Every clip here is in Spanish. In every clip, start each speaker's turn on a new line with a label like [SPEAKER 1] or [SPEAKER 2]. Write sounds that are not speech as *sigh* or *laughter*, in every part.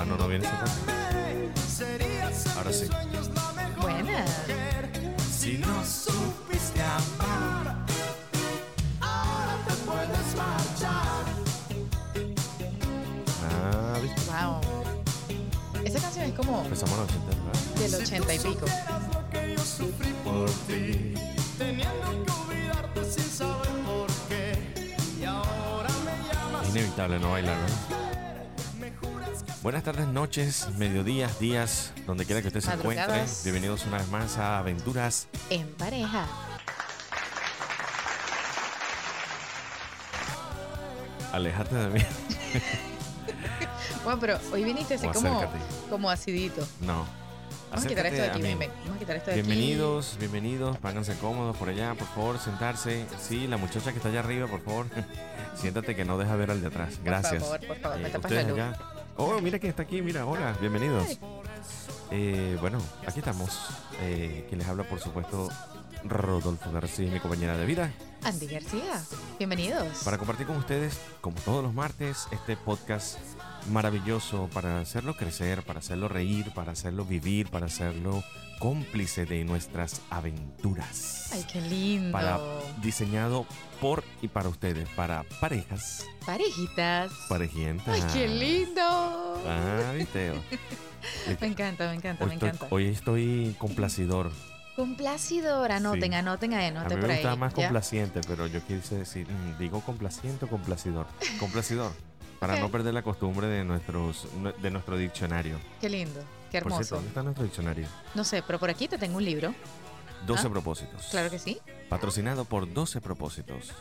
[SPEAKER 1] Ah, no, no viene esta parte. Ahora sí.
[SPEAKER 2] Buena.
[SPEAKER 1] Si no supiste Ah, viste.
[SPEAKER 2] Wow. Esa canción es como
[SPEAKER 1] Empezamos en los 80, ¿verdad?
[SPEAKER 2] del ochenta y pico.
[SPEAKER 1] Por ti. Es inevitable no bailar, ¿verdad? Buenas tardes, noches, mediodías, días, donde quiera que usted se encuentre.
[SPEAKER 2] Madrugadas.
[SPEAKER 1] Bienvenidos una vez más a Aventuras.
[SPEAKER 2] En pareja.
[SPEAKER 1] Alejate de mí. *laughs*
[SPEAKER 2] Bueno, pero hoy viniste así
[SPEAKER 1] O
[SPEAKER 2] como,
[SPEAKER 1] acércate.
[SPEAKER 2] como acidito.
[SPEAKER 1] No.
[SPEAKER 2] Vamos a quitar
[SPEAKER 1] Acércate
[SPEAKER 2] esto de aquí,
[SPEAKER 1] mí.
[SPEAKER 2] bienven- Vamos a quitar esto de aquí.
[SPEAKER 1] Bienvenidos, bienvenidos, pónganse cómodos por allá, por favor, sentarse. Sí, la muchacha que está allá arriba, por favor, *laughs* siéntate que no deja ver al de atrás. Gracias.
[SPEAKER 2] Por favor, por favor, me
[SPEAKER 1] Eh,
[SPEAKER 2] tapas la
[SPEAKER 1] ustedes
[SPEAKER 2] luz.
[SPEAKER 1] allá. Oh, mira quién está aquí, mira, hola, bienvenidos.
[SPEAKER 2] Ay.
[SPEAKER 1] Eh, bueno, aquí estamos. Eh, quien les habla, por supuesto, Rodolfo García, mi compañera de vida,
[SPEAKER 2] Andy García, bienvenidos.
[SPEAKER 1] para compartir con ustedes, como todos los martes, este podcast maravilloso para hacerlo crecer, para hacerlo reír, para hacerlo vivir, para hacerlo cómplice de nuestras aventuras.
[SPEAKER 2] Ay, qué lindo.
[SPEAKER 1] para diseñado por y para ustedes, para parejas,
[SPEAKER 2] Parejitas.
[SPEAKER 1] parejientas.
[SPEAKER 2] Ay, qué lindo.
[SPEAKER 1] Ah, viste. Hoy
[SPEAKER 2] Me encanta, me encanta, me
[SPEAKER 1] estoy-
[SPEAKER 2] encanta.
[SPEAKER 1] Hoy estoy complacidor.
[SPEAKER 2] Complacidor, anoten,
[SPEAKER 1] Sí.
[SPEAKER 2] anoten,
[SPEAKER 1] A
[SPEAKER 2] anoten
[SPEAKER 1] mí
[SPEAKER 2] por
[SPEAKER 1] me
[SPEAKER 2] ahí.
[SPEAKER 1] gustaba más
[SPEAKER 2] ¿ya?
[SPEAKER 1] complaciente, pero yo quise decir, mm, digo complaciente o complacidor.
[SPEAKER 2] *laughs*
[SPEAKER 1] Complacidor. Para
[SPEAKER 2] Ok.
[SPEAKER 1] no perder la costumbre de, nuestros, de nuestro diccionario.
[SPEAKER 2] Qué lindo, qué
[SPEAKER 1] Por cierto,
[SPEAKER 2] hermoso.
[SPEAKER 1] ¿dónde está nuestro diccionario?
[SPEAKER 2] No sé, pero por aquí te tengo un libro.
[SPEAKER 1] 12
[SPEAKER 2] Ah,
[SPEAKER 1] propósitos.
[SPEAKER 2] Claro que sí.
[SPEAKER 1] Patrocinado por 12 propósitos.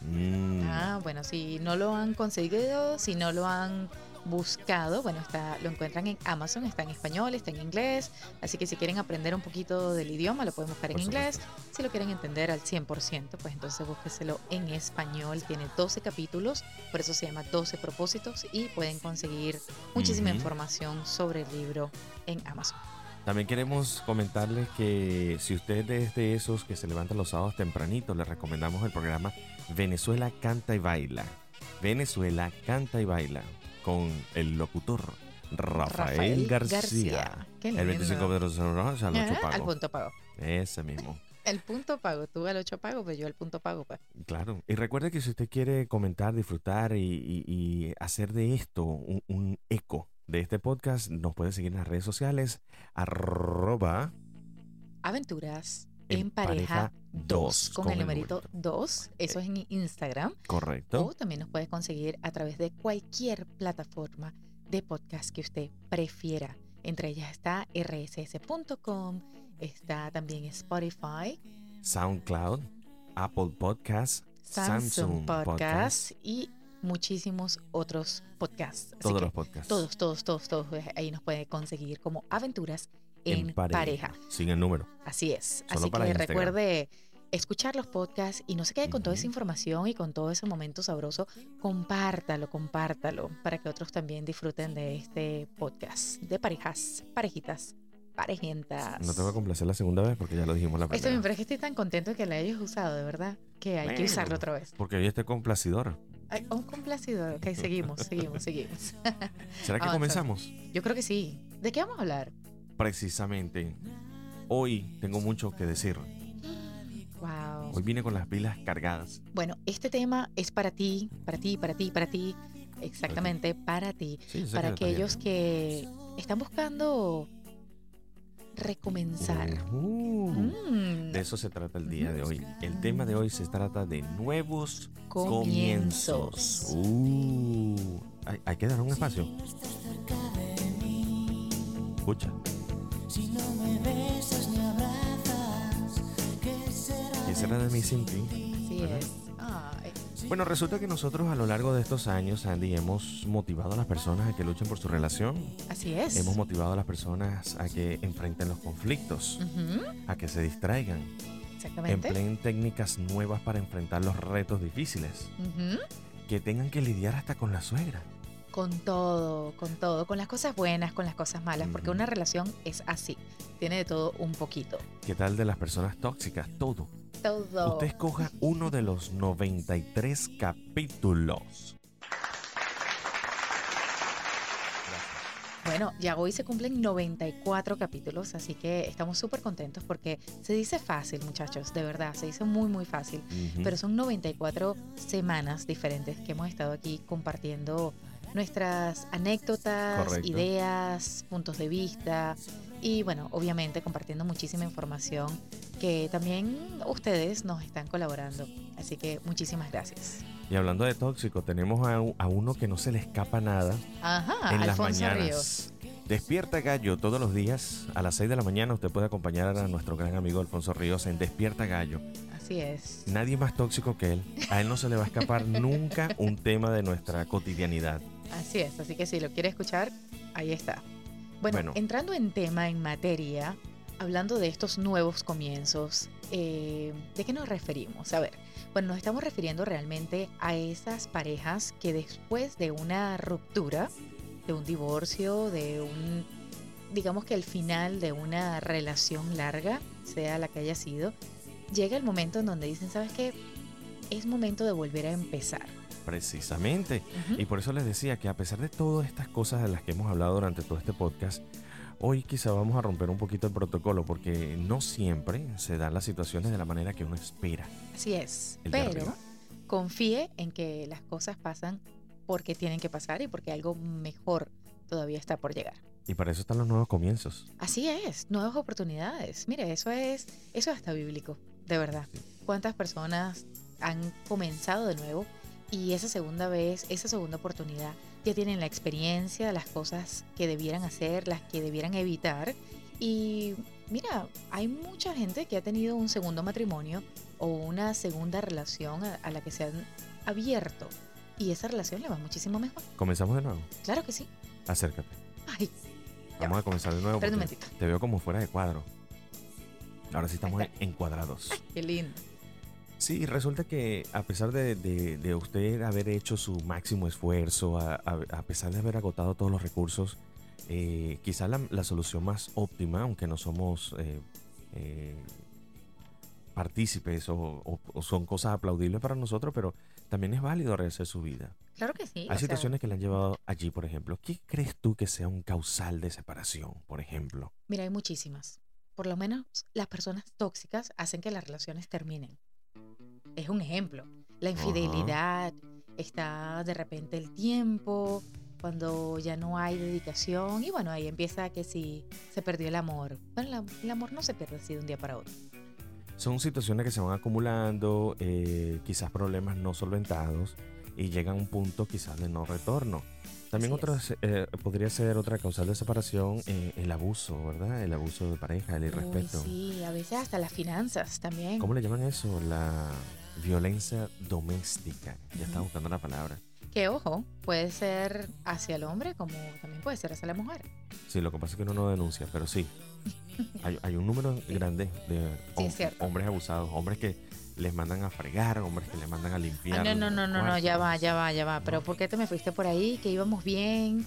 [SPEAKER 1] Mm,
[SPEAKER 2] Ah, bueno, si no lo han conseguido, si no lo han buscado, bueno, está, lo encuentran en Amazon, está en español, está en inglés, así que si quieren aprender un poquito del idioma, lo pueden buscar en
[SPEAKER 1] Por
[SPEAKER 2] inglés, si lo quieren entender al 100%, pues entonces búsqueselo en español, tiene 12 capítulos, por eso se llama 12 propósitos y pueden conseguir muchísima
[SPEAKER 1] Ujú.
[SPEAKER 2] información sobre el libro en Amazon.
[SPEAKER 1] También queremos comentarles que si usted es de esos que se levantan los sábados tempranito, le recomendamos el programa Venezuela Canta y Baila. Venezuela Canta y Baila con el locutor Rafael, García.
[SPEAKER 2] Qué
[SPEAKER 1] El 25
[SPEAKER 2] lindo.
[SPEAKER 1] de los al 8
[SPEAKER 2] Ajá, al
[SPEAKER 1] pago.
[SPEAKER 2] punto pago.
[SPEAKER 1] Ese mismo.
[SPEAKER 2] El punto pago, tú al 8 pago, pues yo al punto pago, pues.
[SPEAKER 1] Claro. Y recuerde que si usted quiere comentar, disfrutar y, y- y hacer de esto un, un eco de este podcast, nos puede seguir en las redes sociales. Arroba.
[SPEAKER 2] Aventuras
[SPEAKER 1] En
[SPEAKER 2] en,
[SPEAKER 1] Pareja
[SPEAKER 2] Pareja 2
[SPEAKER 1] dos,
[SPEAKER 2] con,
[SPEAKER 1] con
[SPEAKER 2] el
[SPEAKER 1] el
[SPEAKER 2] numerito
[SPEAKER 1] numerito.
[SPEAKER 2] 2. Eso es en Instagram.
[SPEAKER 1] Correcto.
[SPEAKER 2] O también nos puede conseguir a través de cualquier plataforma de podcast que usted prefiera. Entre ellas está rss.com, está también Spotify,
[SPEAKER 1] SoundCloud, Apple Podcasts,
[SPEAKER 2] Samsung,
[SPEAKER 1] Samsung
[SPEAKER 2] podcast,
[SPEAKER 1] Podcast,
[SPEAKER 2] y muchísimos otros podcasts. Así
[SPEAKER 1] todos
[SPEAKER 2] que
[SPEAKER 1] los podcasts.
[SPEAKER 2] todos, todos, todos, todos. Ahí nos puede conseguir como Aventuras en, pareja.
[SPEAKER 1] Sin el número.
[SPEAKER 2] Así es.
[SPEAKER 1] Solo
[SPEAKER 2] Así que
[SPEAKER 1] para Instagram.
[SPEAKER 2] recuerde escuchar los podcasts y no se quede con toda esa
[SPEAKER 1] Ujú.
[SPEAKER 2] información y con todo ese momento sabroso. Compártalo, compártalo para que otros también disfruten de este podcast de parejas, parejitas, parejientas.
[SPEAKER 1] No te voy a complacer la segunda vez porque ya lo dijimos la
[SPEAKER 2] Esto me
[SPEAKER 1] primera.
[SPEAKER 2] parece que estoy tan contento de que la hayas usado, de verdad, que hay que
[SPEAKER 1] Bueno.
[SPEAKER 2] usarlo otra vez.
[SPEAKER 1] Porque hoy estoy complacidor.
[SPEAKER 2] Ay, un complacido. Ok,
[SPEAKER 1] *laughs*
[SPEAKER 2] seguimos, seguimos, seguimos.
[SPEAKER 1] ¿Será que
[SPEAKER 2] Avanza.
[SPEAKER 1] comenzamos?
[SPEAKER 2] Yo creo que sí. ¿De qué vamos a hablar?
[SPEAKER 1] Precisamente. Hoy tengo mucho que decir.
[SPEAKER 2] Wow.
[SPEAKER 1] Hoy vine con las pilas cargadas.
[SPEAKER 2] Bueno, este tema es para ti, para ti, para ti, para ti. Exactamente, para ti.
[SPEAKER 1] Sí, yo sé
[SPEAKER 2] para
[SPEAKER 1] que lo
[SPEAKER 2] aquellos
[SPEAKER 1] estás
[SPEAKER 2] que están buscando recomenzar.
[SPEAKER 1] viendo. Ujú.
[SPEAKER 2] Mm,
[SPEAKER 1] Uh, De eso se trata el día de hoy. El tema de hoy se trata de nuevos comienzos.
[SPEAKER 2] comienzos.
[SPEAKER 1] Uh, hay, hay que dar un espacio. Escucha. ¿Qué será de mí sin ti?
[SPEAKER 2] Así
[SPEAKER 1] ¿verdad?
[SPEAKER 2] es. Ah, eh, Ay,
[SPEAKER 1] Bueno, resulta que nosotros a lo largo de estos años, Andy, hemos motivado a las personas a que luchen por su relación.
[SPEAKER 2] así es.
[SPEAKER 1] Hemos motivado a las personas a que enfrenten los conflictos,
[SPEAKER 2] Ujú,
[SPEAKER 1] a que se distraigan,
[SPEAKER 2] Exactamente.
[SPEAKER 1] empleen técnicas nuevas para enfrentar los retos difíciles,
[SPEAKER 2] Ujú,
[SPEAKER 1] que tengan que lidiar hasta con la suegra.
[SPEAKER 2] Con todo, con todo, con las cosas buenas, con las cosas malas, porque
[SPEAKER 1] Ujú.
[SPEAKER 2] una relación es así, tiene de todo un poquito.
[SPEAKER 1] ¿Qué tal de las personas tóxicas? Todo.
[SPEAKER 2] Todo.
[SPEAKER 1] Usted escoja uno de los 93 capítulos. Gracias.
[SPEAKER 2] Bueno, ya hoy se cumplen 94 capítulos, así que estamos súper contentos porque se dice fácil, muchachos, de verdad, se dice muy, muy fácil.
[SPEAKER 1] Ujú.
[SPEAKER 2] Pero son 94 semanas diferentes que hemos estado aquí compartiendo nuestras anécdotas,
[SPEAKER 1] Correcto.
[SPEAKER 2] ideas, puntos de vista y bueno, obviamente compartiendo muchísima información que también ustedes nos están colaborando. Así que muchísimas gracias.
[SPEAKER 1] Y hablando de tóxico, tenemos a, a uno que no se le escapa nada
[SPEAKER 2] Ajá,
[SPEAKER 1] en las
[SPEAKER 2] Ah, Alfonso
[SPEAKER 1] mañanas.
[SPEAKER 2] Ríos.
[SPEAKER 1] Despierta Gallo todos los días a las 6 de la mañana. Usted puede acompañar a nuestro gran amigo Alfonso Ríos en Despierta Gallo.
[SPEAKER 2] Así es.
[SPEAKER 1] Nadie más tóxico que él. A él no se le va a escapar *laughs* nunca un tema de nuestra cotidianidad.
[SPEAKER 2] Así es, así que si lo quiere escuchar, ahí está. Bueno,
[SPEAKER 1] Bueno.
[SPEAKER 2] entrando en tema, en materia, hablando de estos nuevos comienzos, eh, ¿de qué nos referimos? A ver, bueno, nos estamos refiriendo realmente a esas parejas que después de una ruptura, de un divorcio, de un, digamos que el final de una relación larga, sea la que haya sido, llega el momento en donde dicen, ¿sabes qué? Es momento de volver a empezar.
[SPEAKER 1] Precisamente.
[SPEAKER 2] Ujú.
[SPEAKER 1] Y por eso les decía que a pesar de todas estas cosas de las que hemos hablado durante todo este podcast, hoy quizá vamos a romper un poquito el protocolo porque no siempre se dan las situaciones de la manera que uno espera.
[SPEAKER 2] Así es.
[SPEAKER 1] El de
[SPEAKER 2] Pero
[SPEAKER 1] arriba.
[SPEAKER 2] confíe en que las cosas pasan porque tienen que pasar y porque algo mejor todavía está por llegar.
[SPEAKER 1] Y para eso están los nuevos comienzos.
[SPEAKER 2] Así es, nuevas oportunidades. Mire, eso es, eso es hasta bíblico, de verdad.
[SPEAKER 1] Sí.
[SPEAKER 2] ¿Cuántas personas han comenzado de nuevo y esa segunda vez, esa segunda oportunidad, ya tienen la experiencia, las cosas que debieran hacer, las que debieran evitar? Y mira, hay mucha gente que ha tenido un segundo matrimonio o una segunda relación a, a la que se han abierto y esa relación le va muchísimo mejor.
[SPEAKER 1] Comenzamos de nuevo.
[SPEAKER 2] Claro que sí.
[SPEAKER 1] Acércate.
[SPEAKER 2] Ay,
[SPEAKER 1] Vamos a comenzar de nuevo.
[SPEAKER 2] Espérate un
[SPEAKER 1] porque
[SPEAKER 2] momentito.
[SPEAKER 1] Te veo como fuera de cuadro. Ahora sí estamos
[SPEAKER 2] Ahí
[SPEAKER 1] encuadrados.
[SPEAKER 2] qué lindo.
[SPEAKER 1] Sí, resulta que a pesar de, de- de usted haber hecho su máximo esfuerzo, a, a- a pesar de haber agotado todos los recursos, eh, quizá la, la solución más óptima, aunque no somos eh, eh, partícipes o, o- o son cosas aplaudibles para nosotros, pero también es válido rehacer su vida.
[SPEAKER 2] Claro que sí. o
[SPEAKER 1] Hay
[SPEAKER 2] sea,
[SPEAKER 1] situaciones que la han llevado allí, por ejemplo. ¿Qué crees tú que sea un causal de separación, por ejemplo?
[SPEAKER 2] Mira, hay muchísimas. Por lo menos las personas tóxicas hacen que las relaciones terminen. Es un ejemplo. La infidelidad, está de repente el tiempo, cuando ya no hay dedicación y bueno, ahí empieza que si se perdió el amor. Bueno, la- el amor no se pierde así de un día para otro.
[SPEAKER 1] son situaciones que se van acumulando, eh, quizás problemas no solventados y llegan a un punto quizás de no retorno. También
[SPEAKER 2] Así
[SPEAKER 1] otra podría ser otra causal de separación, eh, el abuso, ¿verdad? El abuso de pareja, el
[SPEAKER 2] Uy,
[SPEAKER 1] irrespeto.
[SPEAKER 2] sí, a veces hasta las finanzas también.
[SPEAKER 1] ¿Cómo le llaman eso? La violencia doméstica. Ya estaba
[SPEAKER 2] Ujú.
[SPEAKER 1] buscando la palabra.
[SPEAKER 2] Que ojo, puede ser hacia el hombre como también puede ser hacia la mujer.
[SPEAKER 1] Sí, lo que pasa es que uno no denuncia, pero sí. Hay, hay un número
[SPEAKER 2] Sí.
[SPEAKER 1] grande de hom-
[SPEAKER 2] es cierto.
[SPEAKER 1] hombres abusados, hombres que les mandan a fregar, hombres que les mandan a
[SPEAKER 2] Ah,
[SPEAKER 1] limpiar.
[SPEAKER 2] no, no,
[SPEAKER 1] los
[SPEAKER 2] no, no, no, ya va,
[SPEAKER 1] cuartos.
[SPEAKER 2] ya va, ya va. Pero
[SPEAKER 1] No.
[SPEAKER 2] ¿por qué te me fuiste por ahí? Que íbamos bien.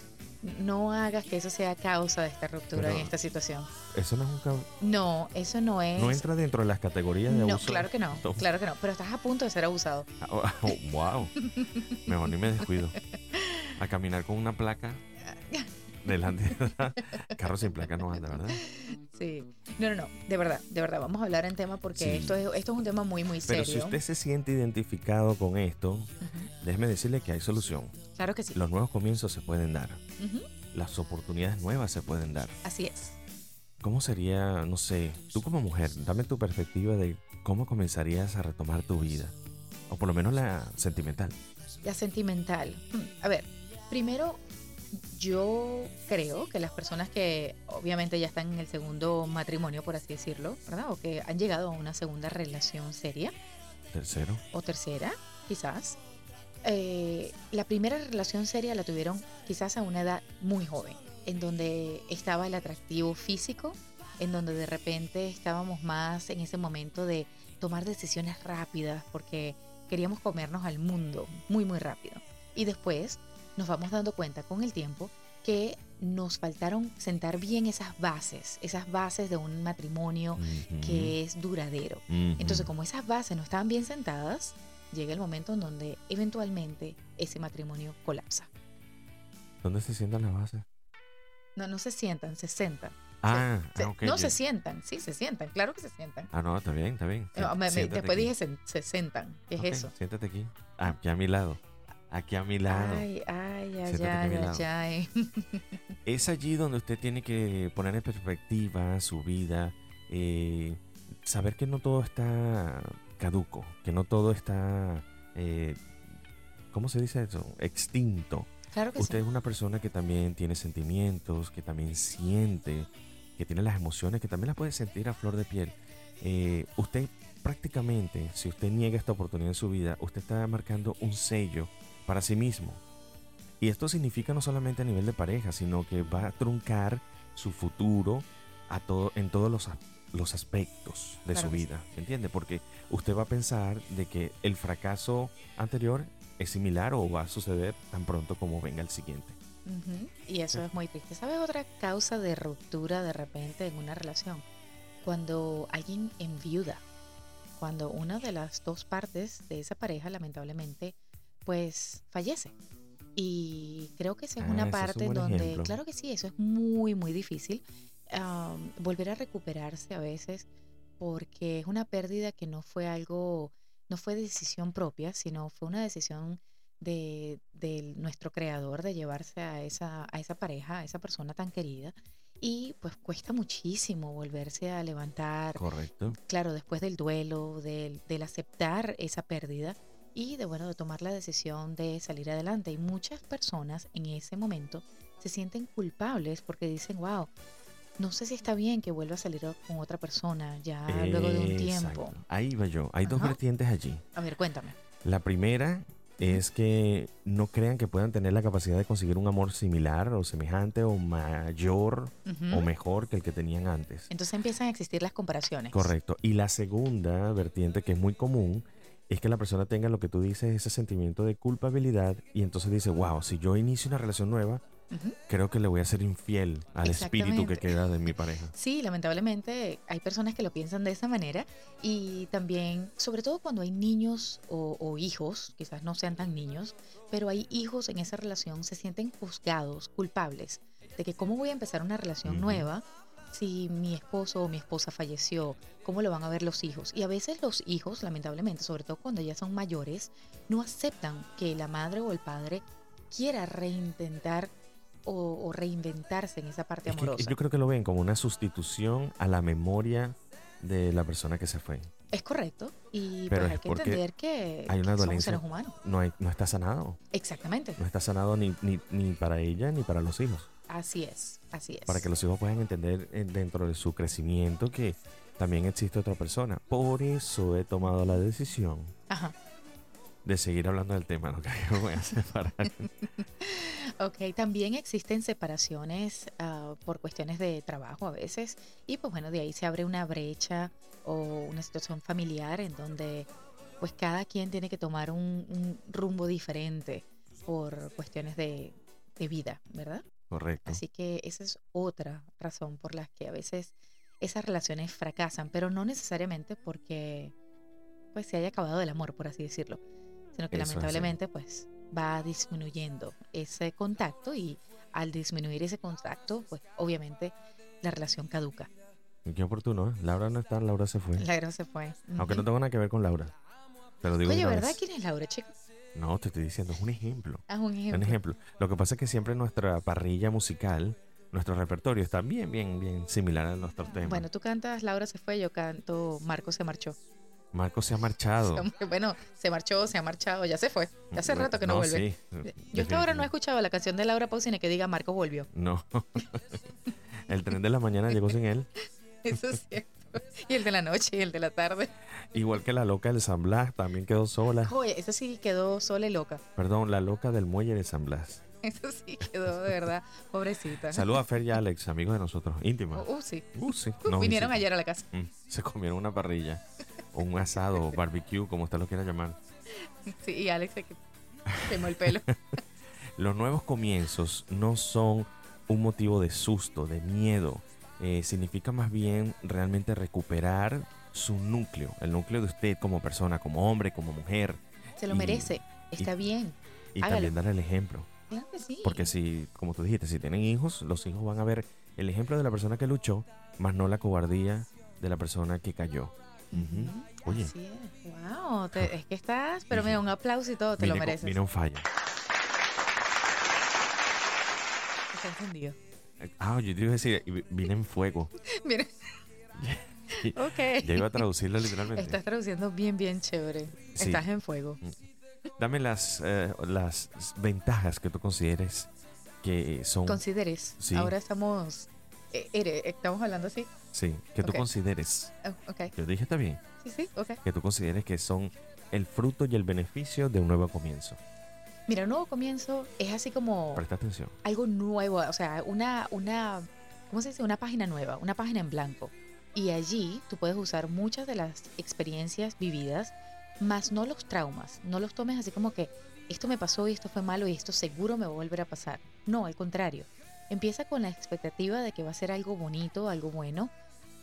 [SPEAKER 2] No hagas que eso sea causa de esta ruptura
[SPEAKER 1] Pero-
[SPEAKER 2] en esta situación.
[SPEAKER 1] Eso no es un cau-
[SPEAKER 2] No, eso no es.
[SPEAKER 1] No entra dentro de las categorías de
[SPEAKER 2] No,
[SPEAKER 1] abuso.
[SPEAKER 2] claro que no,
[SPEAKER 1] No.
[SPEAKER 2] claro que no. Pero estás a punto de ser abusado.
[SPEAKER 1] Ah, *laughs* oh, wow. Mejor ni me descuido. A caminar con una placa
[SPEAKER 2] *laughs*
[SPEAKER 1] delante. Carro sin placa no anda, ¿verdad?
[SPEAKER 2] Sí. No, no, no. De verdad, de verdad. Vamos a hablar en tema porque
[SPEAKER 1] Sí.
[SPEAKER 2] esto, es, esto es un tema muy, muy
[SPEAKER 1] Pero
[SPEAKER 2] serio.
[SPEAKER 1] si usted se siente identificado con esto,
[SPEAKER 2] Ujú.
[SPEAKER 1] déjeme decirle que hay solución.
[SPEAKER 2] Claro que sí.
[SPEAKER 1] Los nuevos comienzos se pueden dar.
[SPEAKER 2] Ujú.
[SPEAKER 1] Las oportunidades nuevas se pueden dar.
[SPEAKER 2] Así es.
[SPEAKER 1] ¿Cómo sería, no sé, tú como mujer, dame tu perspectiva de cómo comenzarías a retomar tu vida? O por lo menos la sentimental.
[SPEAKER 2] La sentimental. Hmm, A ver, primero, yo creo que las personas que obviamente ya están en el segundo matrimonio, por así decirlo, ¿verdad? O que han llegado a una segunda relación seria
[SPEAKER 1] Tercero.
[SPEAKER 2] o tercera, quizás. eh, la primera relación seria la tuvieron quizás a una edad muy joven, en donde estaba el atractivo físico, en donde de repente estábamos más en ese momento de tomar decisiones rápidas, porque queríamos comernos al mundo muy, muy rápido. Y después nos vamos dando cuenta con el tiempo que nos faltaron sentar bien esas bases, esas bases de un matrimonio
[SPEAKER 1] Ujú.
[SPEAKER 2] que es duradero.
[SPEAKER 1] Ujú.
[SPEAKER 2] Entonces, como esas bases no estaban bien sentadas, llega el momento en donde eventualmente ese matrimonio colapsa.
[SPEAKER 1] ¿Dónde se sientan las bases?
[SPEAKER 2] No, no se sientan, se sentan.
[SPEAKER 1] Ah,
[SPEAKER 2] Se-
[SPEAKER 1] ah, ok.
[SPEAKER 2] no
[SPEAKER 1] yo-
[SPEAKER 2] se sientan, sí, se sientan, claro que se sientan.
[SPEAKER 1] Ah, no, está bien, está bien.
[SPEAKER 2] No, me- me-
[SPEAKER 1] Siéntate
[SPEAKER 2] después
[SPEAKER 1] aquí.
[SPEAKER 2] dije sen- se sentan, ¿qué es
[SPEAKER 1] Ok,
[SPEAKER 2] eso?
[SPEAKER 1] Siéntate aquí. Ah, Aquí a mi lado. Aquí a mi lado.
[SPEAKER 2] Ay, ay, ay,
[SPEAKER 1] Siéntate aquí a mi
[SPEAKER 2] ay, ay,
[SPEAKER 1] lado.
[SPEAKER 2] ay. *laughs*
[SPEAKER 1] Es allí donde usted tiene que poner en perspectiva su vida, eh, saber que no todo está caduco, que no todo está, eh, ¿cómo se dice eso? Extinto.
[SPEAKER 2] Claro que
[SPEAKER 1] Usted
[SPEAKER 2] Pues sí.
[SPEAKER 1] es una persona que también tiene sentimientos, que también siente, que tiene las emociones, que también las puede sentir a flor de piel. Eh, usted prácticamente, si usted niega esta oportunidad en su vida, usted está marcando un sello para sí mismo. Y esto significa no solamente a nivel de pareja, sino que va a truncar su futuro a todo, en todos los, as- los aspectos de
[SPEAKER 2] Claro
[SPEAKER 1] su
[SPEAKER 2] que sí.
[SPEAKER 1] vida. ¿Entiende? Porque usted va a pensar de que el fracaso anterior es similar o va a suceder tan pronto como venga el siguiente.
[SPEAKER 2] Ujú, Y eso es muy triste. ¿Sabes otra causa de ruptura de repente en una relación? Cuando alguien enviuda, cuando una de las dos partes de esa pareja lamentablemente pues fallece. Y creo que esa es
[SPEAKER 1] Ah,
[SPEAKER 2] una
[SPEAKER 1] ese es un
[SPEAKER 2] parte en
[SPEAKER 1] buen
[SPEAKER 2] donde,
[SPEAKER 1] ejemplo.
[SPEAKER 2] claro que sí, eso es muy, muy difícil. am, volver a recuperarse a veces porque es una pérdida que no fue algo, no fue decisión propia, sino fue una decisión de, de nuestro creador de llevarse a esa, a esa pareja, a esa persona tan querida. Y pues cuesta muchísimo volverse a levantar,
[SPEAKER 1] Correcto.
[SPEAKER 2] claro, después del duelo, del, del aceptar esa pérdida y de, bueno, de tomar la decisión de salir adelante. Y muchas personas en ese momento se sienten culpables porque dicen, wow, no sé si está bien que vuelva a salir o- con otra persona ya Ah, luego de un tiempo.
[SPEAKER 1] Exacto. Ahí va yo. Hay dos
[SPEAKER 2] Ajá.
[SPEAKER 1] vertientes allí.
[SPEAKER 2] A ver, cuéntame.
[SPEAKER 1] La primera es que no crean que puedan tener la capacidad de conseguir un amor similar o semejante o mayor
[SPEAKER 2] Ujú.
[SPEAKER 1] o mejor que el que tenían antes.
[SPEAKER 2] Entonces empiezan a existir las comparaciones.
[SPEAKER 1] Correcto. Y la segunda vertiente que es muy común es que la persona tenga lo que tú dices, ese sentimiento de culpabilidad y entonces dice, wow, si yo inicio una relación nueva,
[SPEAKER 2] Ujú.
[SPEAKER 1] creo que le voy a ser infiel al espíritu que
[SPEAKER 2] Exactamente.
[SPEAKER 1] queda de mi pareja.
[SPEAKER 2] Sí, lamentablemente hay personas que lo piensan de esa manera y también, sobre todo cuando hay niños o, o hijos, quizás no sean tan niños, pero hay hijos en esa relación, se sienten juzgados, culpables, de que cómo voy a empezar una relación
[SPEAKER 1] Ujú.
[SPEAKER 2] nueva si mi esposo o mi esposa falleció, cómo lo van a ver los hijos. Y a veces los hijos, lamentablemente, sobre todo cuando ya son mayores, no aceptan que la madre o el padre quiera reintentar o, o reinventarse en esa parte
[SPEAKER 1] Es que
[SPEAKER 2] amorosa.
[SPEAKER 1] yo creo que lo ven como una sustitución a la memoria de la persona que se fue.
[SPEAKER 2] Es correcto. Y
[SPEAKER 1] Pero
[SPEAKER 2] pues
[SPEAKER 1] es
[SPEAKER 2] hay que
[SPEAKER 1] porque
[SPEAKER 2] entender que,
[SPEAKER 1] hay una
[SPEAKER 2] que somos
[SPEAKER 1] dolencia.
[SPEAKER 2] seres humanos.
[SPEAKER 1] No, hay- no está sanado.
[SPEAKER 2] Exactamente.
[SPEAKER 1] No está sanado ni, ni- ni para ella ni para los hijos.
[SPEAKER 2] Así es. Así es.
[SPEAKER 1] Para que los hijos puedan entender eh, dentro de su crecimiento que también existe otra persona. Por eso he tomado la decisión
[SPEAKER 2] Ajá.
[SPEAKER 1] de seguir hablando del tema. No *laughs* creo que me voy a
[SPEAKER 2] *laughs*
[SPEAKER 1] separar.
[SPEAKER 2] Ok, también existen separaciones ah, por cuestiones de trabajo a veces y pues bueno, de ahí se abre una brecha o una situación familiar en donde pues cada quien tiene que tomar un, un rumbo diferente por cuestiones de, de vida, ¿verdad?
[SPEAKER 1] Correcto.
[SPEAKER 2] Así que esa es otra razón por las que a veces esas relaciones fracasan, pero no necesariamente porque pues se haya acabado el amor, por así decirlo, sino que
[SPEAKER 1] Eso es así.
[SPEAKER 2] lamentablemente pues va disminuyendo ese contacto y al disminuir ese contacto, pues obviamente la relación caduca.
[SPEAKER 1] Qué oportuno, ¿eh? Laura no está, Laura se fue.
[SPEAKER 2] La guerra se fue.
[SPEAKER 1] Aunque no
[SPEAKER 2] *laughs* Ujú.
[SPEAKER 1] tengo nada que ver con Laura. Te lo digo de
[SPEAKER 2] Oye,
[SPEAKER 1] una
[SPEAKER 2] ¿verdad
[SPEAKER 1] vez.
[SPEAKER 2] quién es Laura, chicos?
[SPEAKER 1] No, te estoy diciendo, es un ejemplo.
[SPEAKER 2] Haz un ejemplo.
[SPEAKER 1] Un ejemplo. Lo que pasa es que siempre nuestra parrilla musical, nuestro repertorio está bien, bien, bien similar a nuestros temas.
[SPEAKER 2] Bueno, tú cantas Laura se fue, yo canto Marco se marchó.
[SPEAKER 1] Marco se ha marchado.
[SPEAKER 2] *laughs* Bueno, se marchó, se ha marchado, ya se fue. Ya hace rato que no, vuelve.
[SPEAKER 1] sí,
[SPEAKER 2] Yo hasta ahora
[SPEAKER 1] definitivo.
[SPEAKER 2] no he escuchado la canción de Laura Pausini que diga Marco volvió.
[SPEAKER 1] No. *laughs* El tren de la mañana llegó sin él.
[SPEAKER 2] *laughs* Eso es cierto. Y el de la noche y el de la tarde.
[SPEAKER 1] Igual que la loca del San Blas, también quedó sola.
[SPEAKER 2] Oye, eso sí quedó sola y loca.
[SPEAKER 1] Perdón, la loca del muelle de San Blas.
[SPEAKER 2] Eso sí quedó de verdad, pobrecita.
[SPEAKER 1] Saludos a Fer y a Alex, amigos de nosotros, íntimos.
[SPEAKER 2] Uh, uh, sí.
[SPEAKER 1] Uh, sí,
[SPEAKER 2] Uh,
[SPEAKER 1] nos
[SPEAKER 2] Vinieron
[SPEAKER 1] visitan.
[SPEAKER 2] ayer a la casa.
[SPEAKER 1] Mm, Se comieron una parrilla, o un asado, o barbecue, como usted lo quiera llamar.
[SPEAKER 2] Sí, y Alex se que- quemó el pelo.
[SPEAKER 1] Los nuevos comienzos no son un motivo de susto, de miedo. Eh, significa más bien realmente recuperar su núcleo, el núcleo de usted como persona, como hombre, como mujer.
[SPEAKER 2] *laughs* Se lo
[SPEAKER 1] Y-
[SPEAKER 2] merece. Está bien.
[SPEAKER 1] Y
[SPEAKER 2] Hágalo.
[SPEAKER 1] también dar el ejemplo.
[SPEAKER 2] Claro que sí.
[SPEAKER 1] Porque si, como tú dijiste, si tienen hijos, los hijos van a ver el ejemplo de la persona que luchó, más no la cobardía de la persona que cayó. Ujú.
[SPEAKER 2] Ujú,
[SPEAKER 1] Oye.
[SPEAKER 2] Así es. Wow, te- es que estás, pero mira, un aplauso y todo, te lo
[SPEAKER 1] Vine con-
[SPEAKER 2] mereces.
[SPEAKER 1] vine un fallo.
[SPEAKER 2] Está encendido.
[SPEAKER 1] Ah, yo te iba a decir, y vi- vine en fuego.
[SPEAKER 2] Mira.
[SPEAKER 1] Ya
[SPEAKER 2] ok.
[SPEAKER 1] iba a traducirlo
[SPEAKER 2] *laughs*
[SPEAKER 1] literalmente.
[SPEAKER 2] Estás traduciendo bien, bien chévere.
[SPEAKER 1] Sí.
[SPEAKER 2] Estás en fuego.
[SPEAKER 1] Dame las, eh, las ventajas que tú consideres que son.
[SPEAKER 2] Consideres.
[SPEAKER 1] Sí.
[SPEAKER 2] Ahora estamos. eh, ere- estamos hablando así.
[SPEAKER 1] sí, que tú
[SPEAKER 2] Ok.
[SPEAKER 1] consideres.
[SPEAKER 2] Oh, ok.
[SPEAKER 1] Yo dije está bien.
[SPEAKER 2] Sí, sí, ok.
[SPEAKER 1] Que tú consideres que son el fruto y el beneficio de un nuevo comienzo.
[SPEAKER 2] Mira, un nuevo comienzo es así como
[SPEAKER 1] Presta atención.
[SPEAKER 2] algo nuevo, o sea, una, una, ¿cómo se dice? Una página nueva, una página en blanco. Y allí tú puedes usar muchas de las experiencias vividas, más no los traumas. No los tomes así como que esto me pasó y esto fue malo y esto seguro me va a volver a pasar. No, al contrario. Empieza con la expectativa de que va a ser algo bonito, algo bueno.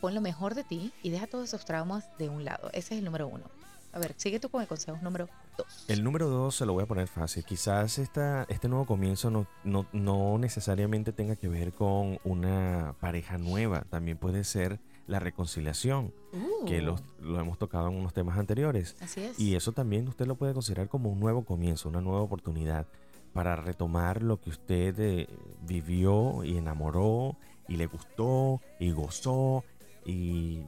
[SPEAKER 2] Pon lo mejor de ti y deja todos esos traumas de un lado. Ese es el número uno. A ver, sigue tú con el consejo número dos.
[SPEAKER 1] El número dos se lo voy a poner fácil. Quizás esta, este nuevo comienzo no, no, no necesariamente tenga que ver con una pareja nueva. También puede ser la reconciliación,
[SPEAKER 2] Uh,
[SPEAKER 1] que los- lo hemos tocado en unos temas anteriores.
[SPEAKER 2] Así es.
[SPEAKER 1] Y eso también usted lo puede considerar como un nuevo comienzo, una nueva oportunidad para retomar lo que usted eh, vivió y enamoró y le gustó y gozó y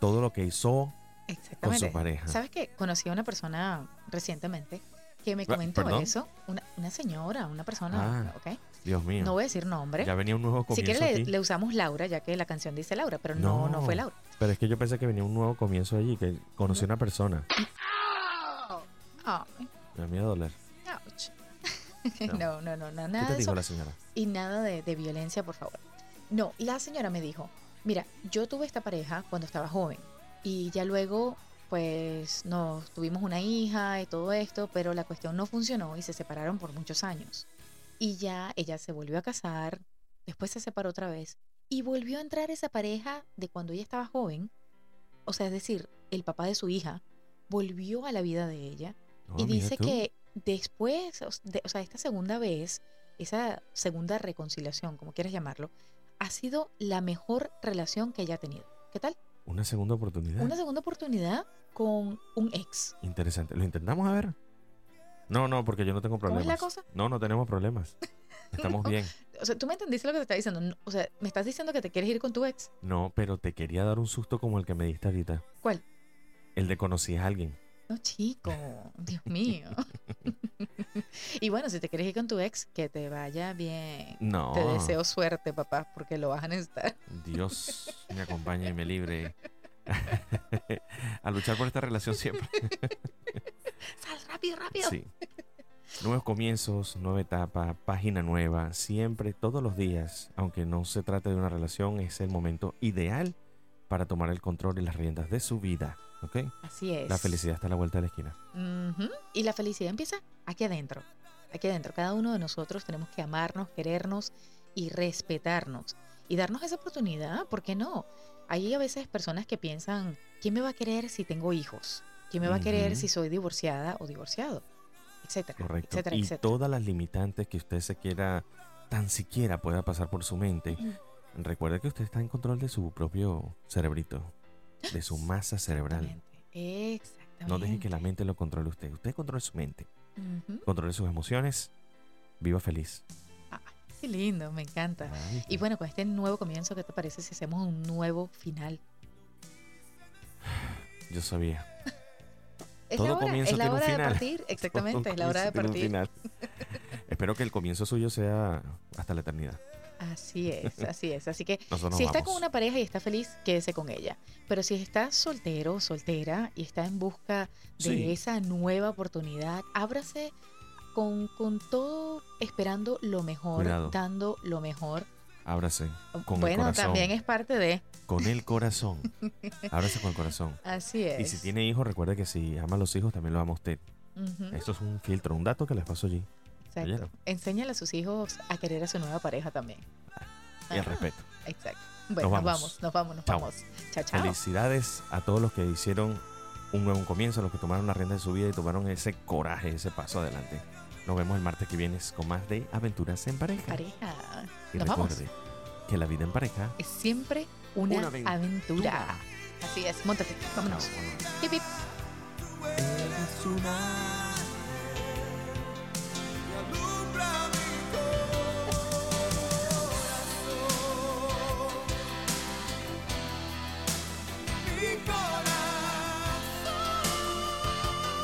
[SPEAKER 1] todo lo que hizo con
[SPEAKER 2] Exactamente.
[SPEAKER 1] su pareja.
[SPEAKER 2] ¿Sabes que Conocí a una persona recientemente que me
[SPEAKER 1] Ah,
[SPEAKER 2] comentó
[SPEAKER 1] ¿perdón?
[SPEAKER 2] eso. Una, una señora, una persona,
[SPEAKER 1] Ah,
[SPEAKER 2] ¿ok?
[SPEAKER 1] Dios mío.
[SPEAKER 2] No voy a decir nombre.
[SPEAKER 1] ya venía un nuevo
[SPEAKER 2] Si
[SPEAKER 1] comienzo.
[SPEAKER 2] quieres le,
[SPEAKER 1] aquí.
[SPEAKER 2] le usamos Laura, ya que la canción dice Laura, pero no, no,
[SPEAKER 1] No.
[SPEAKER 2] fue Laura.
[SPEAKER 1] Pero es que yo pensé que venía un nuevo comienzo allí, que conocí a una persona.
[SPEAKER 2] *laughs* Ah,
[SPEAKER 1] Me da miedo doler.
[SPEAKER 2] ouch.
[SPEAKER 1] No.
[SPEAKER 2] No, no, no, no,
[SPEAKER 1] ¿Qué
[SPEAKER 2] nada
[SPEAKER 1] te
[SPEAKER 2] de Ah, eso.
[SPEAKER 1] dijo la señora?
[SPEAKER 2] Y nada de, de violencia, por favor. No, la señora me dijo, mira, yo tuve esta pareja cuando estaba joven y ya luego pues nos tuvimos una hija y todo esto, pero la cuestión no funcionó y se separaron por muchos años. Y ya ella se volvió a casar, después se separó otra vez y volvió a entrar esa pareja de cuando ella estaba joven, o sea, es decir, el papá de su hija, volvió a la vida de ella
[SPEAKER 1] No,
[SPEAKER 2] y
[SPEAKER 1] Oh, mira
[SPEAKER 2] dice
[SPEAKER 1] tú.
[SPEAKER 2] que después, o s- de- o sea, esta segunda vez, esa segunda reconciliación, como quieras llamarlo, ha sido la mejor relación que ella ha tenido. ¿Qué tal?
[SPEAKER 1] Una segunda oportunidad.
[SPEAKER 2] Una segunda oportunidad con un ex.
[SPEAKER 1] Interesante. ¿Lo intentamos a ver? No, no, porque yo no tengo
[SPEAKER 2] ¿Cómo
[SPEAKER 1] problemas.
[SPEAKER 2] es la cosa?
[SPEAKER 1] No, no tenemos
[SPEAKER 2] *laughs*
[SPEAKER 1] problemas. Estamos bien.
[SPEAKER 2] O sea, tú me entendiste lo que te estaba diciendo. No, O sea, me estás diciendo que te quieres ir con tu ex.
[SPEAKER 1] No, pero te quería dar un susto como el que me diste ahorita.
[SPEAKER 2] ¿Cuál?
[SPEAKER 1] El de conocí a alguien.
[SPEAKER 2] No, chico, *laughs* Dios mío. *laughs* y bueno, si te quieres ir con tu ex, que te vaya bien.
[SPEAKER 1] No.
[SPEAKER 2] Te deseo suerte, papá, porque lo vas a necesitar. *laughs*
[SPEAKER 1] Dios me acompañe y me libre. *laughs* a luchar por esta relación
[SPEAKER 2] *laughs*
[SPEAKER 1] siempre.
[SPEAKER 2] Sal rápido, rápido.
[SPEAKER 1] Sí. Nuevos comienzos, nueva etapa, página nueva, siempre, todos los días, aunque no se trate de una relación, es el momento ideal para tomar el control y las riendas de su vida. ¿Ok?
[SPEAKER 2] Así es.
[SPEAKER 1] La felicidad está a la vuelta de la esquina.
[SPEAKER 2] Ujú. Y la felicidad empieza aquí adentro. Aquí adentro. Cada uno de nosotros tenemos que amarnos, querernos y respetarnos. Y darnos esa oportunidad, ¿por qué no? Hay a veces personas que piensan, ¿quién me va a querer si tengo hijos? ¿Quién me va a querer
[SPEAKER 1] Ujú.
[SPEAKER 2] si soy divorciada o divorciado? Etcétera,
[SPEAKER 1] Correcto.
[SPEAKER 2] etcétera,
[SPEAKER 1] y
[SPEAKER 2] etcétera.
[SPEAKER 1] todas las limitantes que usted se quiera, tan siquiera pueda pasar por su mente,
[SPEAKER 2] Ujú.
[SPEAKER 1] recuerde que usted está en control de su propio cerebrito, de su masa cerebral.
[SPEAKER 2] Exactamente, Exactamente.
[SPEAKER 1] No deje que la mente lo controle usted. Usted controle su mente,
[SPEAKER 2] Ujú.
[SPEAKER 1] controle sus emociones, viva feliz. pues,
[SPEAKER 2] Qué lindo, me encanta.
[SPEAKER 1] Maravilla.
[SPEAKER 2] Y bueno, con este nuevo comienzo, ¿qué te parece si hacemos un nuevo final?
[SPEAKER 1] Yo sabía.
[SPEAKER 2] Es
[SPEAKER 1] Todo
[SPEAKER 2] la hora,
[SPEAKER 1] comienzo
[SPEAKER 2] es la
[SPEAKER 1] tiene un
[SPEAKER 2] hora de
[SPEAKER 1] final. *laughs*
[SPEAKER 2] partir, exactamente, es la hora de
[SPEAKER 1] Todo comienzo
[SPEAKER 2] partir.
[SPEAKER 1] tiene un final. Espero que el comienzo suyo sea hasta la eternidad.
[SPEAKER 2] Así es, así es. Así que
[SPEAKER 1] Nosotros nos
[SPEAKER 2] si está
[SPEAKER 1] vamos.
[SPEAKER 2] con una pareja y está feliz, quédese con ella. Pero si está soltero, o soltera y está en busca de
[SPEAKER 1] Sí.
[SPEAKER 2] esa nueva oportunidad, ábrase con, con todo esperando lo mejor,
[SPEAKER 1] Cuidado.
[SPEAKER 2] dando lo mejor.
[SPEAKER 1] Ábrase con el
[SPEAKER 2] bueno,
[SPEAKER 1] corazón.
[SPEAKER 2] también es parte de.
[SPEAKER 1] Con el corazón. Ábrase con el corazón.
[SPEAKER 2] Así es.
[SPEAKER 1] Y si tiene hijos, recuerde que si ama a los hijos, también lo ama a usted.
[SPEAKER 2] Ujú,
[SPEAKER 1] Esto es un filtro, un dato que les paso allí.
[SPEAKER 2] exacto.
[SPEAKER 1] oyeron.
[SPEAKER 2] Enséñale a sus hijos a querer a su nueva pareja también.
[SPEAKER 1] Y el
[SPEAKER 2] Ajá,
[SPEAKER 1] respeto.
[SPEAKER 2] Exacto. Bueno, nos
[SPEAKER 1] vamos.
[SPEAKER 2] vamos, nos vamos, nos
[SPEAKER 1] Chao.
[SPEAKER 2] vamos. Chao, chao.
[SPEAKER 1] Felicidades a todos los que hicieron un nuevo comienzo, los que tomaron la rienda de su vida y tomaron ese coraje, ese paso adelante. Nos vemos el martes que viene con más de Aventuras en Pareja.
[SPEAKER 2] Pareja.
[SPEAKER 1] Y
[SPEAKER 2] Nos vamos.
[SPEAKER 1] recuerde que la vida en pareja
[SPEAKER 2] Es siempre una,
[SPEAKER 1] Una
[SPEAKER 2] aventura.
[SPEAKER 1] aventura.
[SPEAKER 2] Así es, montate, vámonos. Hip, hip.
[SPEAKER 1] es una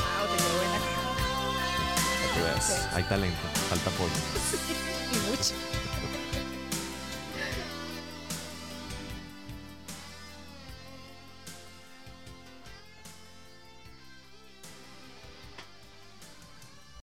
[SPEAKER 2] Wow, te quedó buena.
[SPEAKER 1] Hay talento, falta apoyo.
[SPEAKER 2] Y mucho.